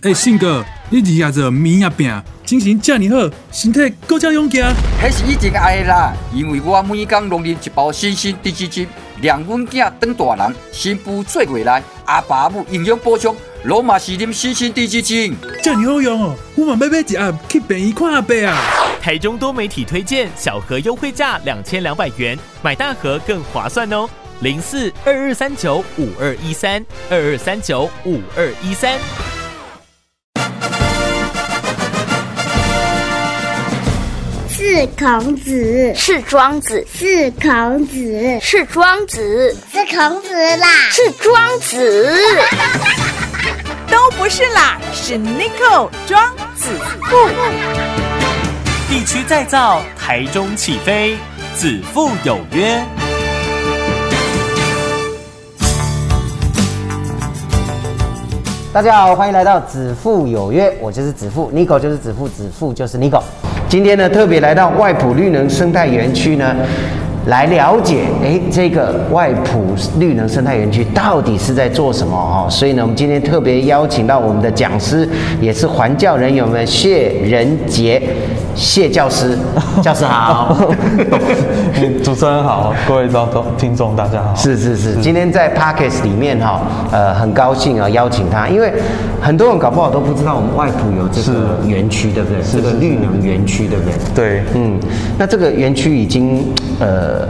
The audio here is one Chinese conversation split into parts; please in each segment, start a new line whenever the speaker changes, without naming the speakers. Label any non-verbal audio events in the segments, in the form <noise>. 哎、信哥，你日也着面也拼，精神遮尔好，身体更加勇健。啊
迄是以前爱的啦，因为我每天拢啉一包新鲜低脂精，让阮囝啊当大人，新妇做月来，阿爸母营养补充，拢嘛是啉新鲜低脂精。
遮尔好用哦，我嘛要买一盒去病院看阿伯啊。
台中多媒体推荐小盒优惠价两千两百元，买大盒更划算哦。零四二二三九五二一三二二三九五二一三。
是孔子，
是庄子，
是孔子，
是庄子，
是孔子啦，
是庄子。
都不是啦，是 Nico 庄子富。
地区再造，台中起飞，子父有约。
大家好，欢迎来到子父有约，我就是子父，Nico 就是子父，子父就是 Nico。今天呢，特别来到外埔绿能生态园区呢，来了解哎这个外埔绿能生态园区到底是在做什么哦。所以呢，我们今天特别邀请到我们的讲师，也是环教人员们谢仁杰谢教师，教师好。
<laughs> 主持人好，各位听众听众大家好。
是是是，
嗯
今天在 Parkes 里面哈、呃，很高兴啊、邀请他，因为很多人搞不好都不知道我们外埔有这个
是
园区，对不对？这个绿能园区，对不对？
对，
嗯，那这个园区已经呃，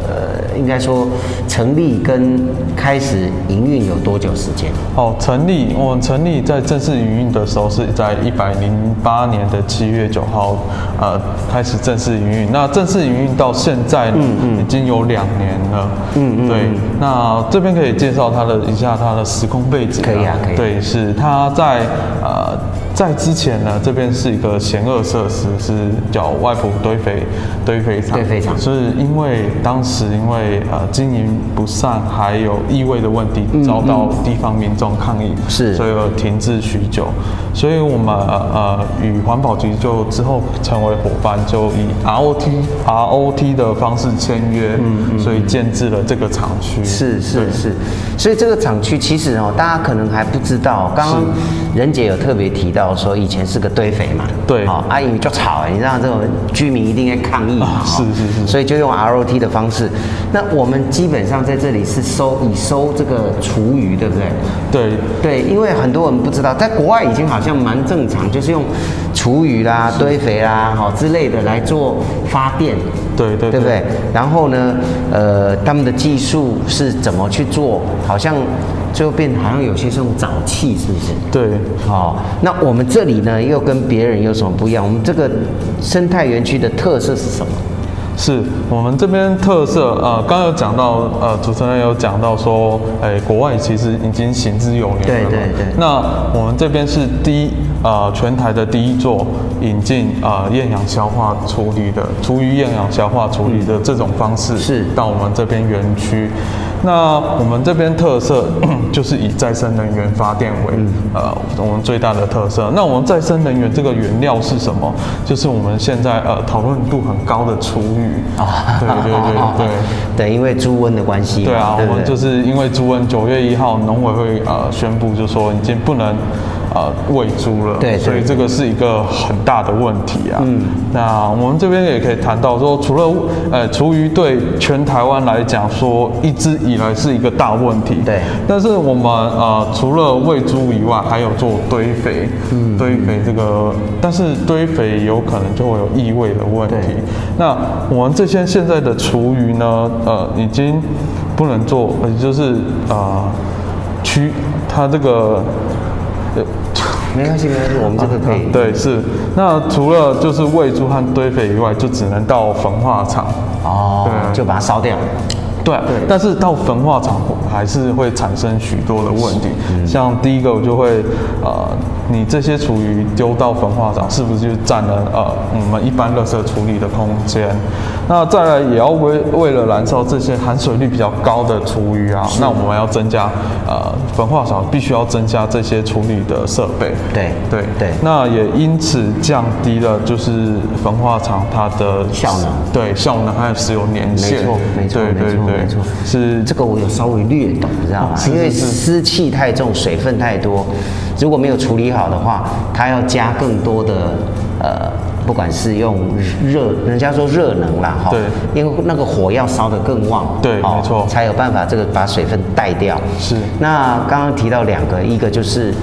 应该说成立跟开始营运有多久时间？
哦，成立我们成立在正式营运的时候是在一百零八年的七月九号，呃，开始正式营运。那正式营运到现在呢，
嗯
已经有两年了。嗯嗯，对。那这边可以介绍它的一下它的时空背景、
可以啊可以
对，是它在呃。在之前呢，这边是一个险恶设施，是叫外埔堆肥堆肥厂。
堆肥厂
所以因为当时因为呃经营不善，还有异味的问题，遭到地方民众抗议，
嗯是
所以而停滞许久。所以我们呃呃与环保局就之后成为伙伴，就以 ROT ROT 的方式签约，所以建制了这个厂区。
嗯是
对
是是，所以这个厂区其实哦，大家可能还不知道，刚刚任姐有特别提到说，以前是个堆肥嘛，
对
哦，阿姨就吵，你知道这种居民一定会抗议嘛，
啊
哦
是是是
所以就用 ROT 的方式。那我们基本上在这里是收以收这个厨余，对不对？
对，
对，因为很多人不知道，在国外已经好像蛮正常，就是用厨余啦、堆肥啦、好之类的来做发电。
对对
对不对？然后呢，呃，他们的技术是怎么去做？好像最后变，好像有些是用沼气，是不是？
对。
好、那我们这里呢，又跟别人有什么不一样？我们这个生态园区的特色是什么？
是我们这边特色，呃，刚刚有讲到，呃，主持人有讲到说，哎，国外其实已经行之有年了
对
嘛
对对
那我们这边是第一，呃，全台的第一座引进呃厌氧消化处理的厨余厌氧消化处理的这种方式，
是
到我们这边园区。那我们这边特色呃就是以再生能源发电为、呃我们最大的特色。那我们再生能源这个原料是什么？就是我们现在呃讨论度很高的厨余啊，对对对对。
对，因为猪瘟的关系嘛，
对啊，
对不
我们
对
就是因为猪瘟，九月一号农委会呃宣布，就说已经不能呃喂猪了，
对对
所以这个是一个很大的问题啊。嗯，那我们这边也可以谈到说，除了呃厨余对全台湾来讲说一直以来是一个大问题，
对
但是我们呃除了喂猪以外，还有做堆肥，嗯，堆肥这个，但是堆肥有可能就会有异味的问题
对。
那我们这些现在的厨余呢，呃，已经不能做，呃，就是呃，区它这个。呃
没关系，没关系，我们这个可以。
<laughs> 对，是。那除了就是喂猪和堆肥以外，就只能到焚化厂。
哦，
对
就把它烧掉。
对，但是到焚化厂还是会产生许多的问题，像第一个我就会，呃，你这些厨余丢到焚化厂，是不是就占了呃我们一般垃圾处理的空间？那再来也要为为了燃烧这些含水率比较高的厨余啊，那我们要增加呃焚化厂必须要增加这些处理的设备。
对
对
对
那也因此降低了就是焚化厂它的
效能
对效能还有使用年限。
没错没错
对
没错
对对。对
没错，
是
这个我有稍微略懂，你知道吗？
是
因为
是是
湿气太重，水分太多，如果没有处理好的话，它要加更多的呃，不管是用热，人家说热能啦，哈，
对
因为那个火要烧得更旺，
对
哦
没错
才有办法这个把水分带掉。
是
那刚刚提到两个，一个就是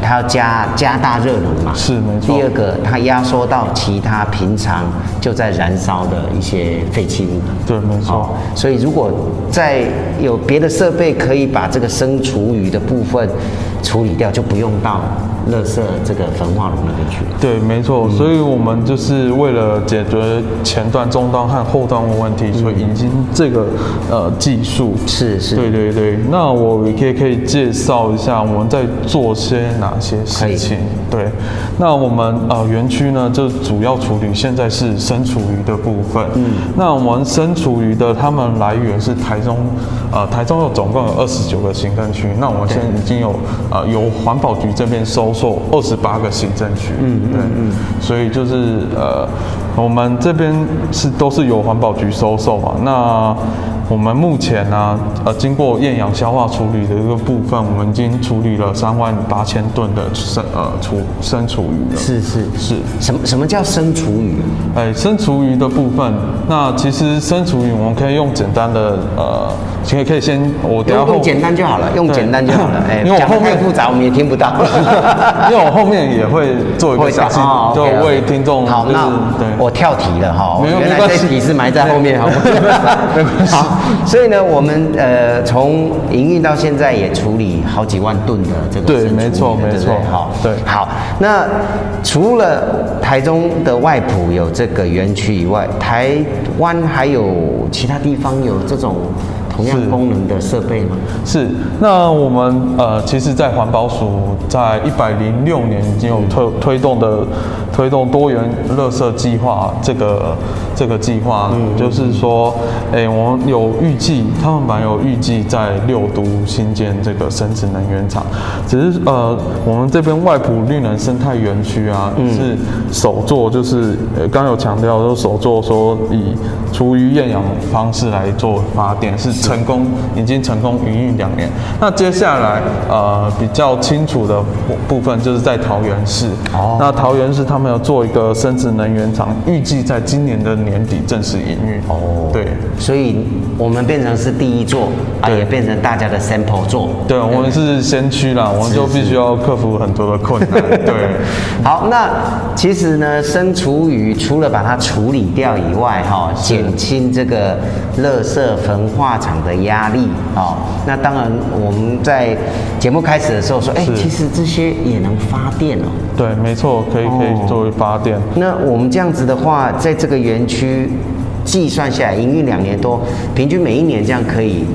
它要加加大热能嘛，
是没错
第二个，它压缩到其他平常就在燃烧的一些废弃物。
对没错
哦所以如果在有别的设备可以把这个生厨余的部分处理掉，就不用到垃圾这个焚化炉那边去了。
对，没
嗯
错，所以我们就是为了解决前端、中端和后端的问题，所以引进这个呃技术。
是是
对对对。那我也可以可以介绍一下我们在做些哪些
可以
事情。对，那我们呃园区呢，就主要处理现在是生厨余的部分。嗯，那我们生厨余的他们来源是台中，呃，台中有总共有二十九个行政区，那我们现在已经有呃由环保局这边收受二十八个行政区。嗯对嗯，所以就是呃。我们这边是都是由环保局收受嘛，那我们目前呢、呃，经过厌氧消化处理的这个部分，我们已经处理了三万八千吨的生呃厨生厨余了。
是是
是，
什么什么叫生厨余？
哎，生厨余的部分，那其实生厨余我们可以用简单的呃，可以可以先我等一下
用
后
用简单就好了，用
对
简单就好
<laughs>
了。哎，
因为我
讲得
后面
太复杂我们也听不到。
因为我后面也会做一个详细，
哦
就
OK，OK
为听众
好，
就是
那
对
我跳题了哈，
没有
原来
没关系
这题是埋在后面，好吗？ <laughs>
没关系
好，所以呢，我们呃从营运到现在也处理好几万吨的这个
对
生厨余
没错
了
没
对不
错
对好，
对
好。那除了台中的外埔有这个园区以外，台湾还有其他地方有这种同样
是
功能的设备吗？
是，那我们呃，其实，在环保署在一百零六年已经有推推动的推动多元垃圾计划这个这个计划，就是说，哎、我们有预计，他们本来有预计在六都新建这个生质能源厂，只是呃，我们这边外埔绿能生态园区啊，
嗯
是首座，就是呃，刚有强调说首座说以厨余厌氧方式来做发电，是成功已经成功营运两年。那接下来呃比较清楚的部分就是在桃园市，
哦
那桃园市他们有做一个生质能源厂，预计在今年的年底正式营运。
哦
对。
所以我们变成是第一座，啊，
对
也变成大家的 sample 座。
对，我们是先驱啦，我们就必须要克服很多的困
<laughs>
难。对，
好，那其实呢，生厨余除了把它处理掉以外，哈、减轻这个垃圾焚化厂的压力，哦，那当然我们在节目开始的时候说，哎、
是
其实这些也能发电哦。
对，没错，可以可
哦
以作为发电。
那我们这样子的话，在这个园区计算下来，营运两年多，平均每一年这样可以，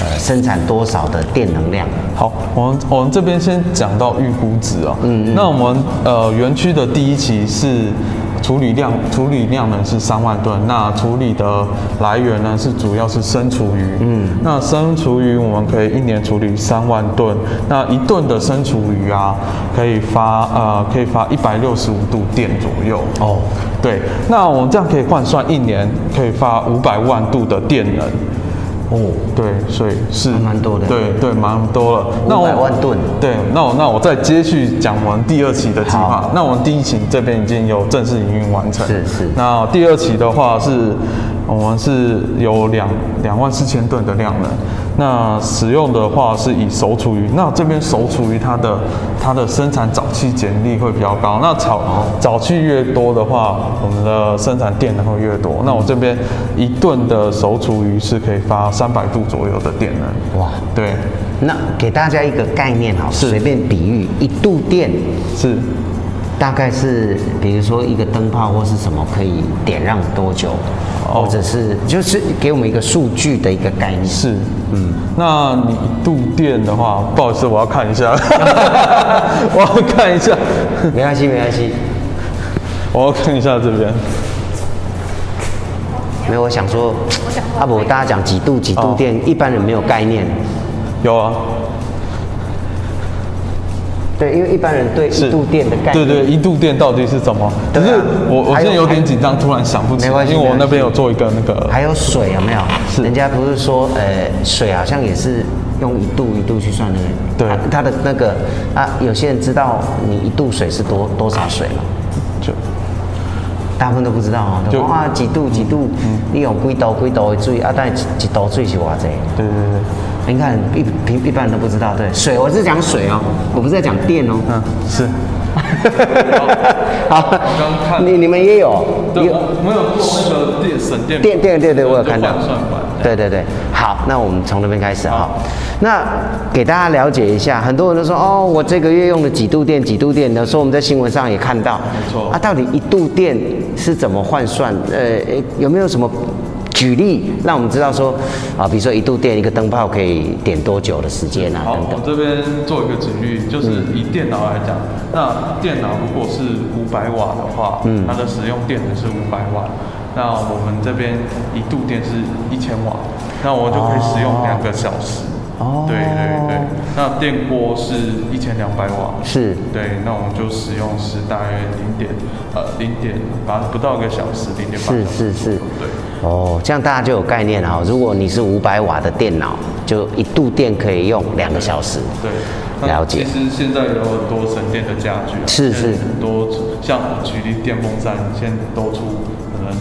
呃，生产多少的电能量？
好，我们我们这边先讲到预估值啊、嗯那我们呃园区的第一期是处理量处理量呢是三万吨，那处理的来源呢是主要是生厨余。嗯，那生厨余我们可以一年处理三万吨，那一吨的生厨余啊，可以发呃可以发一百六十五度电左右。哦，对，那我们这样可以换算一年可以发五百万度的电能。
哦，
对，所以是
还蛮多的
对对，蛮多了。
500万吨
对，那我那我再接续讲我们第二期的计划
好。
那我们第一期这边已经有正式营运完成。
是是
那第二期的话是，我们是有两两万四千吨的量能。那使用的话是以熟厨余，那这边熟厨余它的它的生产早期简历会比较高，那早
哦
早期越多的话，我们的生产电能会越多。那我这边一吨的熟厨余是可以发三百度左右的电能。
哇，
对，
那给大家一个概念哈，
是
随便比喻，一度电
是。
大概是，比如说一个灯泡或是什么可以点亮多久，
哦
或者是就是给我们一个数据的一个概念。
是，嗯，那你一度电的话，不好意思，我要
<laughs>
看一下， <laughs> 我要看一下，
没关系，没关系。
我要看一下这边。
没有，我想说，阿伯、大家讲几度几度
哦啊
电，一般人没有概念。
有啊，
对，因为一般人对
是
一度电的概
对
念，
对，一度电到底是怎么？
对
可
啊
是我我
还有
现在有点紧张，突然想不起
没
来，
关系
因为我
没关系
那边有做一个那个，
还有水有没有？
是
人家不是说，呃，水好像也是用一度一度去算的，
对
啊它的那个啊，有些人知道你一度水是多多少水吗？
就
大部分都不知道哦，就
就嗯
哇几度几度，你用几度几度的水啊，但是一一度水是偌济？
对对对，
你看一平一般人都不知道，对，水我是讲水哦，我不是在讲电哦。
嗯，
<laughs>
是。刚
好，
看
你你们也有，
对，
有
我我们有做那个电省电
电电对对，我有看到
换算法。
对对对，好，那我们从那边开始哈。那给大家了解一下，很多人都说哦，我这个月用了几度电，几度电的，说我们在新闻上也看到。
没错
啊，到底一度电是怎么换算？呃，有没有什么举例让我们知道说啊，比如说一度电一个灯泡可以点多久的时间啊
好，
等
我
等。
这边做一个举例，就是以电脑来讲，那电脑如果是五百瓦的话，
嗯
它的使用电能是五百瓦。那我们这边一度电是一千瓦，那我就可以使用两个小时。
哦
对对对，那电锅是一千两百瓦，
是
对，那我们就使用是大约零点呃零点八不到一个小时，零点八
是是是
对。
哦，这样大家就有概念了哈。如果你是五百瓦的电脑，就一度电可以用两个小时。
对，那
了解
其实现在有很多省电的家具、啊，
是
现在
是
很多像我举例电风扇，现在都出可能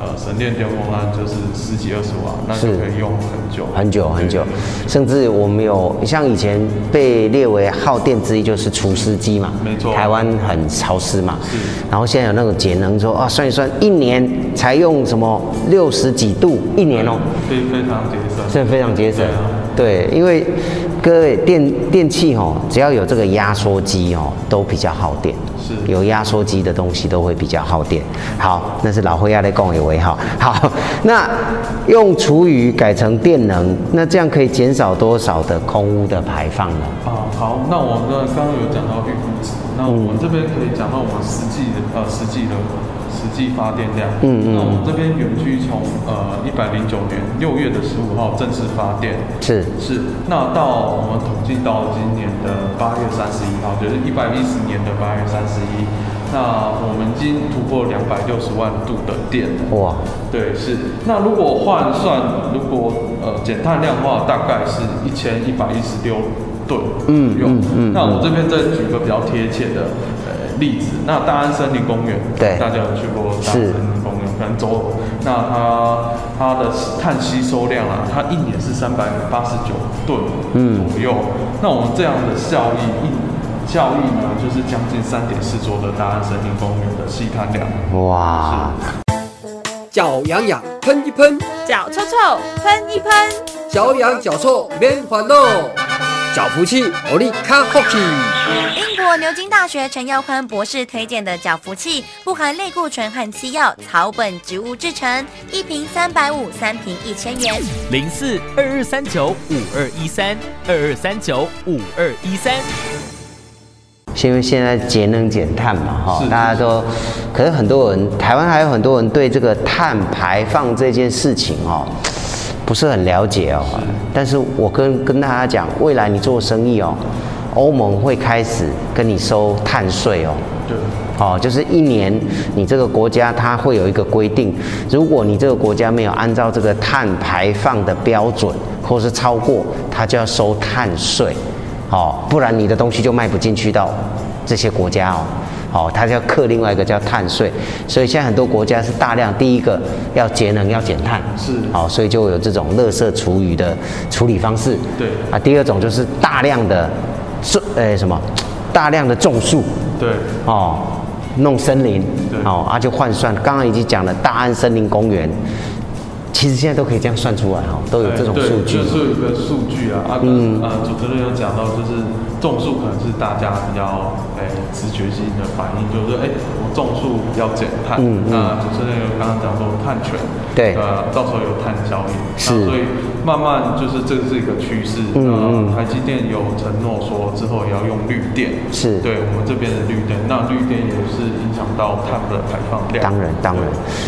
呃省电电风扇就是十几二十瓦，那就是可以用很久
很久很久
对，
甚至我们有像以前被列为耗电之一就是除湿机嘛，
没错
台湾很潮湿嘛，
是
然后现在有那种节能说啊，算一算一年才用什么六十几度一年哦、
可以非常节省。
这非常节省
对啊。
对，因为各位电电器哦，只要有这个压缩机哦，都比较耗电。
是
有压缩机的东西都会比较耗电。好，那是老灰鸭的共有为好。 <laughs> 好，那用厨余改成电能，那这样可以减少多少的空污的排放呢？
啊，好，那我们刚刚有讲到预估值，那
嗯
我们这边可以讲到我们实际的呃实际的实际发电量。
嗯嗯
那我们这边园区从呃一百零九年六月的十五号正式发电，
是
是，那到我们统计到今年的八月三十一号，就是一百一十年的八月三十一，那我们已经突破两百六十万度的电了。
哇，
对，是。那如果换算，如果呃减碳量的话，大概是一千一百一十六吨
嗯
左右。
嗯嗯
那我这边再举个比较贴切的呃例子，那大安森林公园，
对
大家有去过大安森林公园，可能走，那它它的碳吸收量啊，它一年是三百八十九吨
嗯
左右。那我们这样的效益一。效益呢，就是将近三点四座的大安森林公园的吸碳量。
哇，
脚痒痒，喷一喷，
脚臭臭，喷一喷。
脚痒脚臭免烦恼，脚福气，我力卡福气。
英国牛津大学陈耀宽博士推荐的脚服器，不含类固醇和西药，草本植物制成，一瓶三百五，三瓶一千元。
零四二二三九五二一三二二三九五二一三。
是因为现在节能减碳嘛，哈
是，是
大家都，可是很多人，台湾还有很多人对这个碳排放这件事情哦，不是很了解哦。但是我跟跟大家讲，未来你做生意哦，欧盟会开始跟你收碳税哦。
对。
哦，就是一年，你这个国家它会有一个规定，如果你这个国家没有按照这个碳排放的标准，或是超过，它就要收碳税，哦，不然你的东西就卖不进去到这些国家哦。哦，它就要课另外一个叫碳税，所以现在很多国家是大量第一个要节能要减碳，
是
哦，所以就有这种垃圾厨余的处理方式，
对
啊，第二种就是大量的种，呃，什么，大量的种树，
对，
哦，弄森林
对，
哦，啊就换算，刚刚已经讲了大安森林公园，其实现在都可以这样算出来哦，都有这种
对
数据
就。是有一个数据啊，啊，
嗯
嗯，呃，主持人有讲到，就是种树可能是大家比较诶、直觉性的反应，就是说，哎、我种树比较减碳。
嗯嗯
那主持人有刚刚讲说碳权，
对
呃，到时候有碳交易，
是
那所以慢慢就是这是一个趋势。
嗯
嗯
嗯
台积电有承诺说之后也要用绿电，
是
对我们这边的绿电，那绿电也是影响到碳的排放量。
当然，当然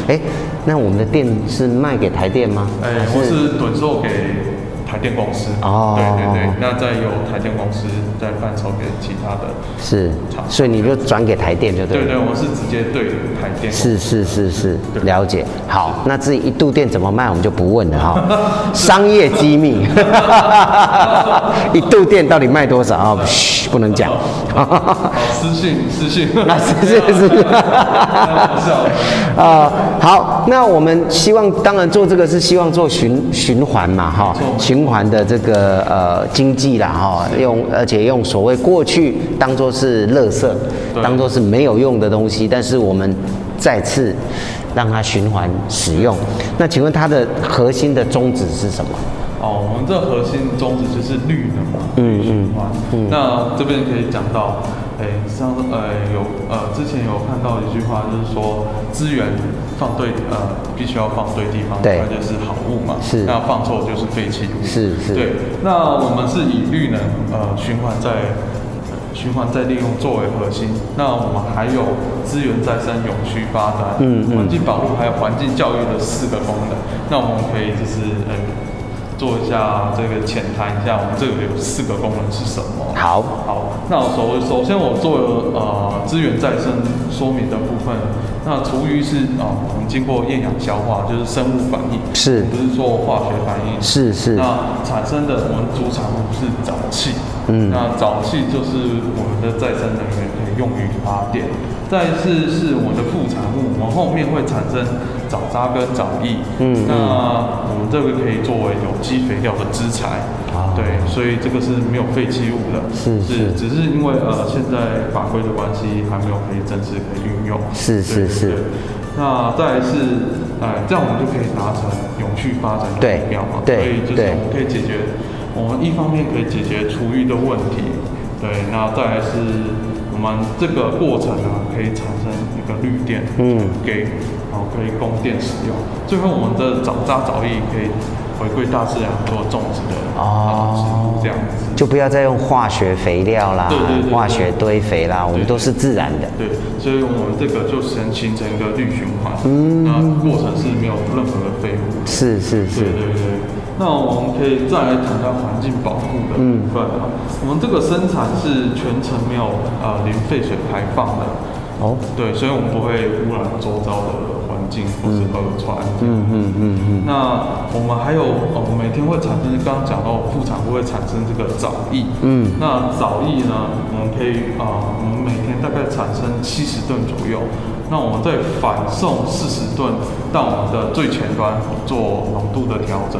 对。
哎，那我们的电是卖给台电吗？
哎、
还
我是趸售给台电公司。
哦
对对对，那再由台电公司再贩售给其他的。
是，所以你就转给台电就对
对
了。
对，我是直接对台电公司。
是是是是，了解。好，那至于一度电怎么卖，我们就不问了哈、 <laughs> 商业机密， <laughs> 一度电到底卖多少啊、嘘不能讲。
啊私讯私讯，
<laughs> 那是是是。
<laughs>
啊、好，那我们希望，当然做这个是希望做循循环嘛，哈、循环的这个呃经济啦，哈、用而且用所谓过去当做是垃圾，当做是没有用的东西，但是我们再次让它循环使用。那请问它的核心的宗旨是什么？
哦，我们这核心宗旨就是绿能嘛，
嗯嗯
循环。
嗯
那这边可以讲到，哎，上次呃有呃之前有看到一句话，就是说资源放对呃必须要放对地方，
对
它就是好物嘛。
是
那放错就是废弃物。
是是
对，那我们是以绿能呃循环再循环再利用作为核心，那我们还有资源再生、永续发展、
嗯嗯
环境保护还有环境教育的四个功能。那我们可以就是呃做一下这个浅谈一下，我们这个有四个功能是什么？
好，
好，那我首首先我做了呃资源再生说明的部分。那厨余是啊、呃我们经过厌氧消化，就是生物反应，
是
不是做化学反应？
是是
那产生的我们主产物是沼气，
嗯
那沼气就是我们的再生能源可以用于发电。再是是我们的副产物，我们后面会产生沼渣跟沼液，
嗯
那我们这个可以作为有机肥料的资材，
啊
对，所以这个是没有废弃物的，
是是
只是因为呃现在法规的关系还没有可以正式可以运用，
是是
对对
是
对那再来是，哎，这样我们就可以达成永续发展的
对
目标嘛。
对
所以就是
对
我们可以解决，我们一方面可以解决厨余的问题，对，那再来是我们这个过程呢，可以产生一个绿电，
嗯
给然后可以供电使用。最后我们的早渣早液可以回归大自然做种植的
哦
啊植物这样子。
就不要再用化学肥料啦，
对对对
化学堆肥啦，我们
对
都是自然的。
对，所以我们这个就形形成一个绿循环，
嗯
那过程是没有任何的废物的。
是是是
对对对。那我们可以再来谈到环境保护的部分啊。我们这个生产是全程没有呃零废水排放的，
哦，
对，所以我们不会污染周遭的环境或是河川。
嗯嗯嗯嗯，
那我们还有，哦，我们每天会产生，刚刚讲到副产物会产生这个藻液，
嗯
那藻液呢，我们可以啊、呃我们每天大概产生七十吨左右，那我们再反送四十吨到我们的最前端做浓度的调整，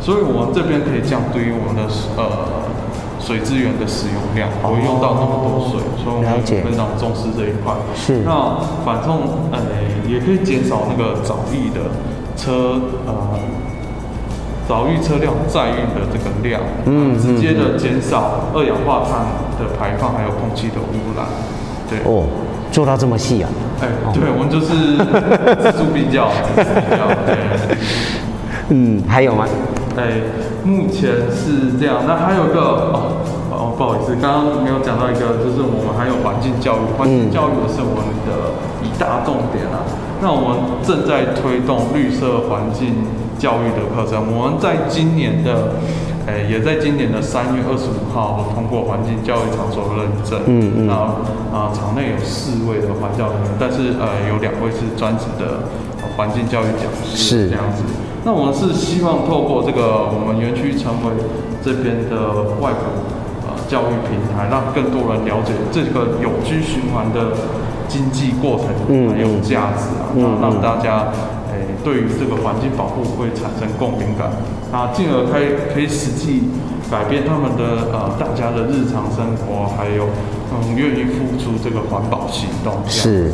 所以我们这边可以降低我们的呃水资源的使用量，不会用到那么多水，所以我
了
们
解
非常重视这一块。
是
那反正呃也可以减少那个早疫的车呃早疫车辆载运的这个量，呃
嗯嗯
直接的减少二氧化碳的排放，还有空气的污染。对，
哦，做到这么细啊？
哎、对，我们就是锱铢必较，锱铢必较，对。
嗯，还有吗？
哎，目前是这样。那还有一个哦哦，不好意思，刚刚没有讲到一个，就是我们还有环境教育，环境教育也是我们的一大重点啊。那我们正在推动绿色环境教育的课程，我们在今年的。哎，也在今年的三月二十五号通过环境教育场所认证。
嗯嗯
那啊、场内有四位的环教人员，但是呃，有两位是专职的呃环境教育讲
是
师。这样子。那我们是希望透过这个我们园区成为这边的外部呃教育平台，让更多人了解这个有机循环的经济过程
嗯
还有价值啊，
嗯
那
嗯
让大家诶、对于这个环境保护会产生共鸣感，那进而开可以实际改变他们的呃大家的日常生活，还有嗯愿意付出这个环保行动这样子。
是，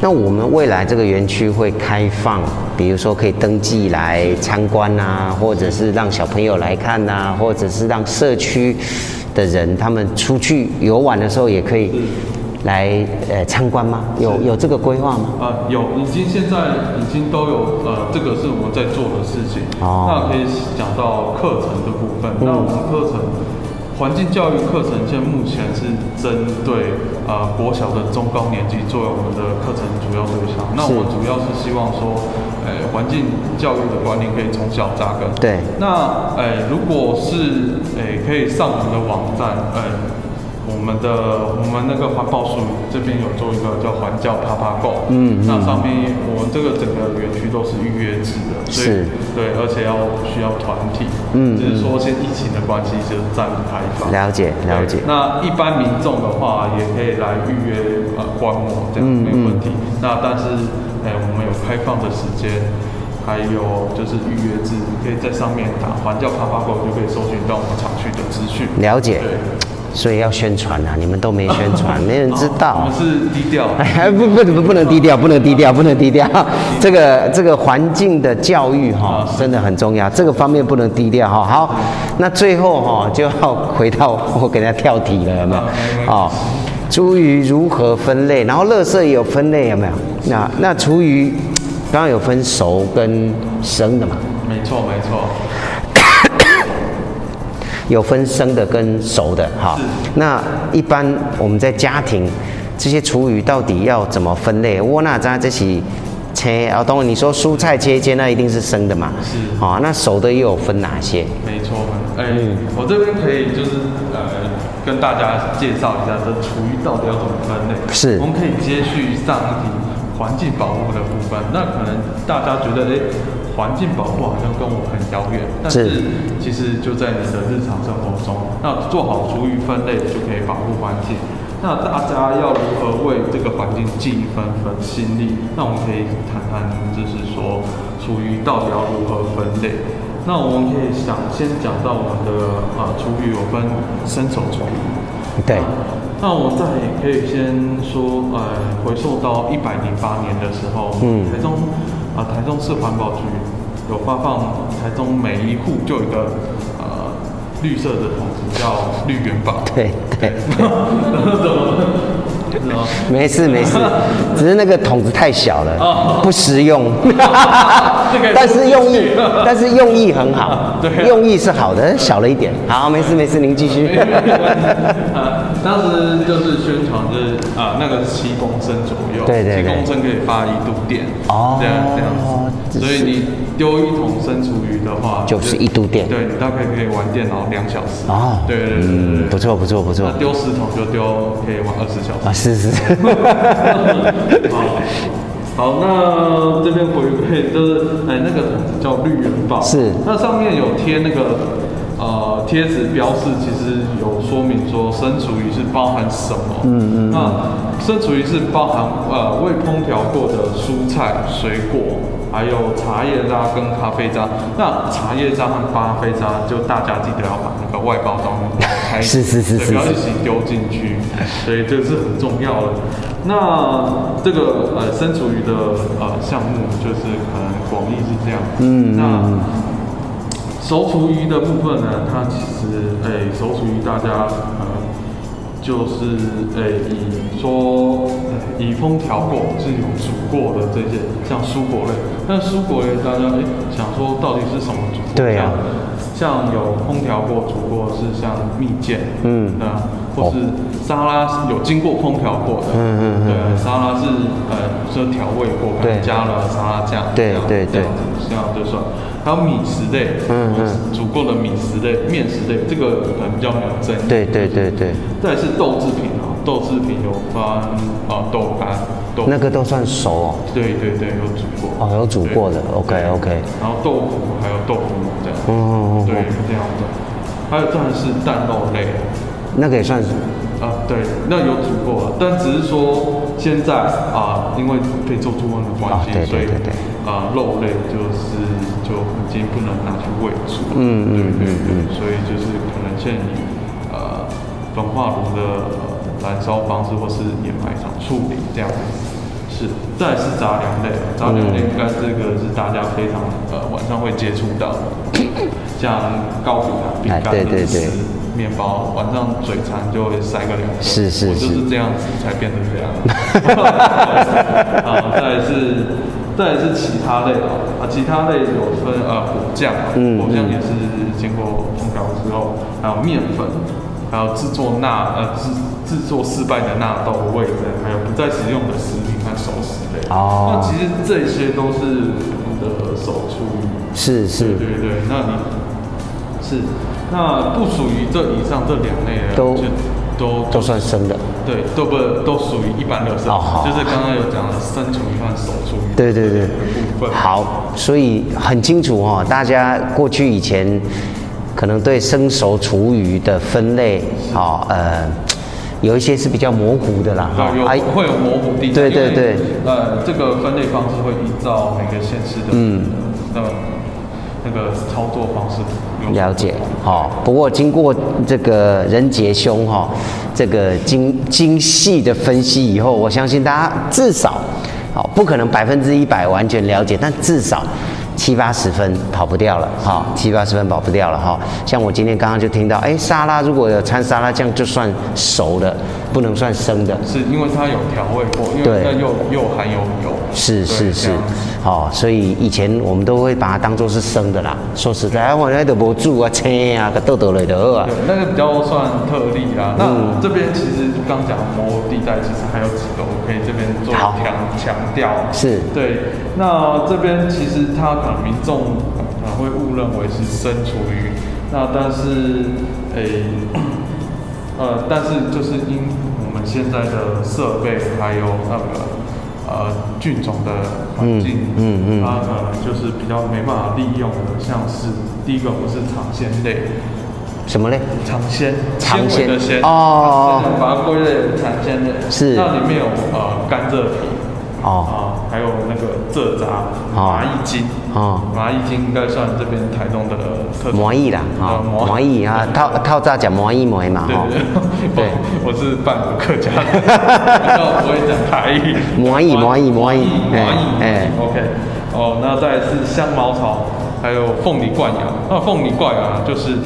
那我们未来这个园区会开放，比如说可以登记来参观啊，或者是让小朋友来看呐、或者是让社区的人他们出去游玩的时候也可以来呃参观吗？有有这个规划吗？
呃，有，已经现在已经都有，呃，这个是我们在做的事情。
哦嗯
那可以讲到课程的部分，那我们课程环境教育课程现在目前是针对呃国小的中高年级作为我们的课程主要对象。那我们主要是希望说，呃，环境教育的观念可以从小扎根。
对
那呃，如果是呃可以上我们的网站，呃。我们的我们那个环保署这边有做一个叫环教啪啪购，
嗯嗯
那上面我们这个整个园区都是预约制的，所以
是
对，而且要需要团体，
嗯
就是说现在疫情的关系就是暂不开放，
了解了解
对那一般民众的话也可以来预约呃观摩，这样
嗯
没问题。那但是呃我们有开放的时间，还有就是预约制，你可以在上面打环教啪啪购就可以搜寻到我们厂区的资讯。
了解
对。
所以要宣传啊，你们都没宣 <laughs> 传，没人哦知道。
我们是低调。
哎， <laughs> 不不不，不能低调，不能低调，不能低调。这个这个环境的教育哈、真的很重要，这个方面不能低调哈、好，那最后哈、就要回到我给大家跳题了，有没有？哦，厨余如何分类？然后垃圾也有分类，有没有？那那厨余刚刚有分熟跟生的嘛？
没错没错，
有分生的跟熟的哈。那一般我们在家庭这些厨余到底要怎么分类？窝纳扎这些切啊，当然你说蔬菜切一切，那一定是生的嘛。是。好、那熟的又有分哪些？
没错。哎、我这边可以就是呃跟大家介绍一下这厨余到底要怎么分类。
是
我们可以接续上一题环境保护的部分。那可能大家觉得哎。环境保护好像跟我很遥远，但是
是
其实就在你的日常生活中，那做好厨余分类就可以保护环境。那大家要如何为这个环境尽一份分心力？那我们可以谈谈，就是说厨余到底要如何分类？那我们可以想先讲到我们的呃厨余有分生手厨余，
对，
那我再可以先说，呃，回溯到一百零八年的时候，
嗯
台中啊、台中市环保局有发放呃台中每一户就有一个呃绿色的桶子叫绿元宝，
对对，
怎么怎么
没事没事，只是那个桶子太小了，不实用。但是用
<laughs>
意，但是用意很好，用意是好的，小了一点。好，没事没事，您继续。
啊，当时就是宣传就是啊，那个是七公升左右，
对对对
七公升可以发一度电，
哦
这样这样子，所以你丢一桶生厨余的话，
就是一度电
对你大概可以玩电脑两小时，
哦，
对对对对对
嗯，不错不错不错
那。丢十桶就丢可以玩二十小时
啊，是
<laughs>
是是，
好，那这边回馈就是，哎，那个叫绿元宝，
是
那上面有贴那个呃贴纸标示，其实有说明说生厨余是包含什么，嗯嗯，那生厨余是包含呃未烹调过的蔬菜、水果，还有茶叶渣跟咖啡渣。那茶叶渣和咖啡渣，就大家记得要把那个外包装拆
是是是
对
是
不要
是哎
一起丢进去，所以这是很重要的。那这个呃生厨余的呃项目，就是可能广义是这样子。
嗯嗯嗯
那熟厨余的部分呢，它其实诶、熟厨余大家呃就是诶、以说呃以烹调过是有煮过的这些，像蔬果类，但蔬果类大家诶、哎想说到底是什么煮过？
对啊
像，像有烹调过、煮过是像蜜饯，
嗯
对啊，或是沙拉是有经过烹调过的，
嗯嗯嗯
对，啊沙拉是呃是调味过，可能
对
加了沙拉酱，
对
这样
对
这
对
样子这样就算。还有米食类，
嗯嗯
煮过的米食类、面食类，这个可能比较没有争议。
对对对对，
再来是豆制品啊，豆制品有分啊豆干、豆
那个都算熟哦，
对对对有煮过
哦有煮过的
对
，OK OK，
然后豆腐还有豆腐乳这样，
嗯嗯嗯嗯
对这样的，还有再来是蛋肉类，
那个也算，
啊，对，那有煮过，啊但只是说现在啊，因为非洲猪瘟的关系，
啊对对
所以
对对
啊，肉类就是就已经不能拿去喂猪了，
嗯嗯
对对
嗯
对
嗯
所以就是可能现在以呃焚化炉的呃燃烧方式或是掩埋场处理这样子。是，再来是杂粮类，杂粮
嗯
类应该这个是大家非常呃晚上会接触
<coughs>
到的，像糕饼啊、饼
哎
干、
对对对
面包，晚上嘴馋就会塞个两个。
是是
我就是
是
这样子才变成
<laughs>
这样。啊，再来是再来是其他类啊，啊，其他类有分呃果酱，
嗯
果酱
嗯
也是经过烹调之后，还有面粉，还有制作钠呃制制作失败的纳豆味增，还有不再食用的食品和熟食类。
哦
那其实这些都是我们的手厨
是是
对对对，那你是那不属于这以上这两类的，
都
就都
都算生的。
对，都不都属于一般垃圾，就是刚刚有讲的生厨和手厨
对对对，好，所以很清楚哦，大家过去以前可能对生熟厨余的分类，哦，呃，有一些是比较模糊的啦，哈哎
对，有、会有模糊地带。
对对
因为
对，
呃，这个分类方式会依照每个县市的
嗯
那那个操作方式有
了解，哦。不过经过这个任杰兄哈、这个精精细的分析以后，我相信大家至少，好、不可能百分之一百完全了解，但至少七八十分跑不掉了，哈、七八十分跑不掉了哈、像我今天刚刚就听到，哎，沙拉如果有掺沙拉酱就算熟的，不能算生的。
是因为它有调味过，因为
对
那又又含有油。
是
对
是
这
是
样，
哦，所以以前我们都会把它当做是生的啦。说实在，啊我那都无煮啊、青啊、个豆豆类的啊
对。，那个比较算特例啦。
嗯
那这边其实刚讲模糊地带，其实还有几个我可以这边做强强调。
是
对。那这边其实它可能民众可能会误认为是身处于那，但是诶、 <clears throat> 呃，但是就是因我们现在的设备还有那个呃菌种的环境，
嗯嗯嗯
它可能就是比较没办法利用的，像是第一个我们是尝鲜类。
什么嘞？
尝鲜，
尝
纤维的
鲜
鲜
哦
它是把它归类为尝鲜类。
是
那里面有呃甘蔗皮，
哦
啊、还有那个蔗渣、
哦
麻蚁精，
哦，
麻蚁精应该算这边台东的特产
麻蚁啦，
呃
哦，
麻
麻
<laughs>
蚁啊，套套炸讲麻蚁梅嘛，哦
对
吼啊对
对，对，我是半个客家
<laughs>
人，那我也讲台语。
蚂蚁蚂蚁蚂蚁
蚂蚁，
哎哎
哎，OK，哦，那再来是香茅草，还有凤梨冠芽。那凤梨冠芽就是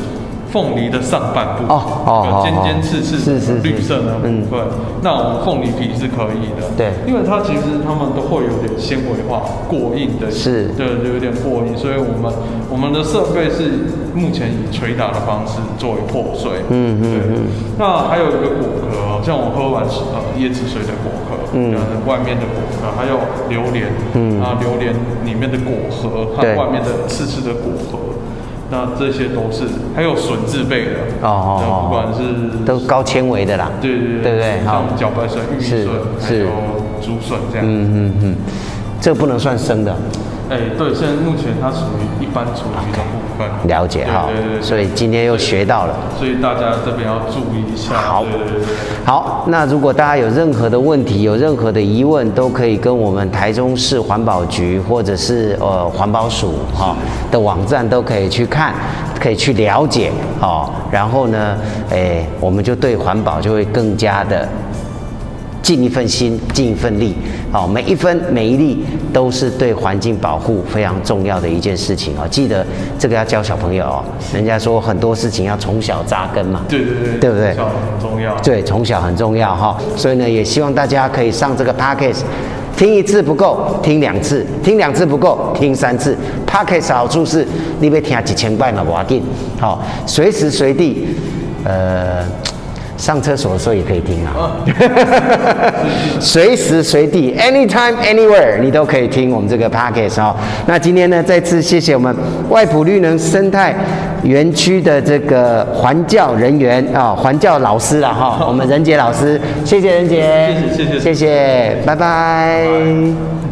凤梨的上半部，
哦哦哦
那个尖尖刺
是是
刺
是嗯
绿色的部分。那我们凤梨皮是可以的，
对
因为它其实它们都会有点纤维化、过硬的，
是
对，就有点过硬，所以我们我们的设备是目前以捶打的方式作为破碎，
嗯嗯嗯，
那还有一个果壳哦，像我喝完呃椰子水的果壳，
嗯
嗯，外面的果壳，还有榴莲，
嗯
嗯，啊，榴莲里面的果核和
对
外面的刺刺的果核，那这些都是，还有笋制备的，
哦哦
那不管
哦
是
都高纤维的啦，
对对
对不对？哦好
像，茭白笋、玉米
是
笋，还
是
有竹笋这样，
嗯嗯嗯，这不能算生的，
哎、对，现在目前它属于一般厨余的部分。
了解哈
对对对，对
所以今天又学到了。
所以大家这边要注意一下。好，对对对。
好，那如果大家有任何的问题、有任何的疑问，都可以跟我们台中市环保局或者是呃环保署哈、的网站都可以去看，可以去了解哦。然后呢，诶，我们就对环保就会更加的尽一份心，尽一份力，好、每一分每一粒都是对环境保护非常重要的一件事情哦。记得这个要教小朋友哦，人家说很多事情要从小扎根嘛，
对对对，
对不对
这样很重要。
对，从小很重要哈、所以呢，也希望大家可以上这个 podcast，听一次不够，听两次；听两次不够，听三次。podcast 好处是，你被听几千块嘛，不要紧，好、随时随地，呃，上厕所的时候也可以听啊。随时随地，anytime anywhere，你都可以听我们这个 podcast 哦。那今天呢，再次谢谢我们外埔绿能生态园区的这个环教人员啊、环教老师了哈、我们任杰老师，谢谢任杰，
谢谢谢谢
谢谢，拜拜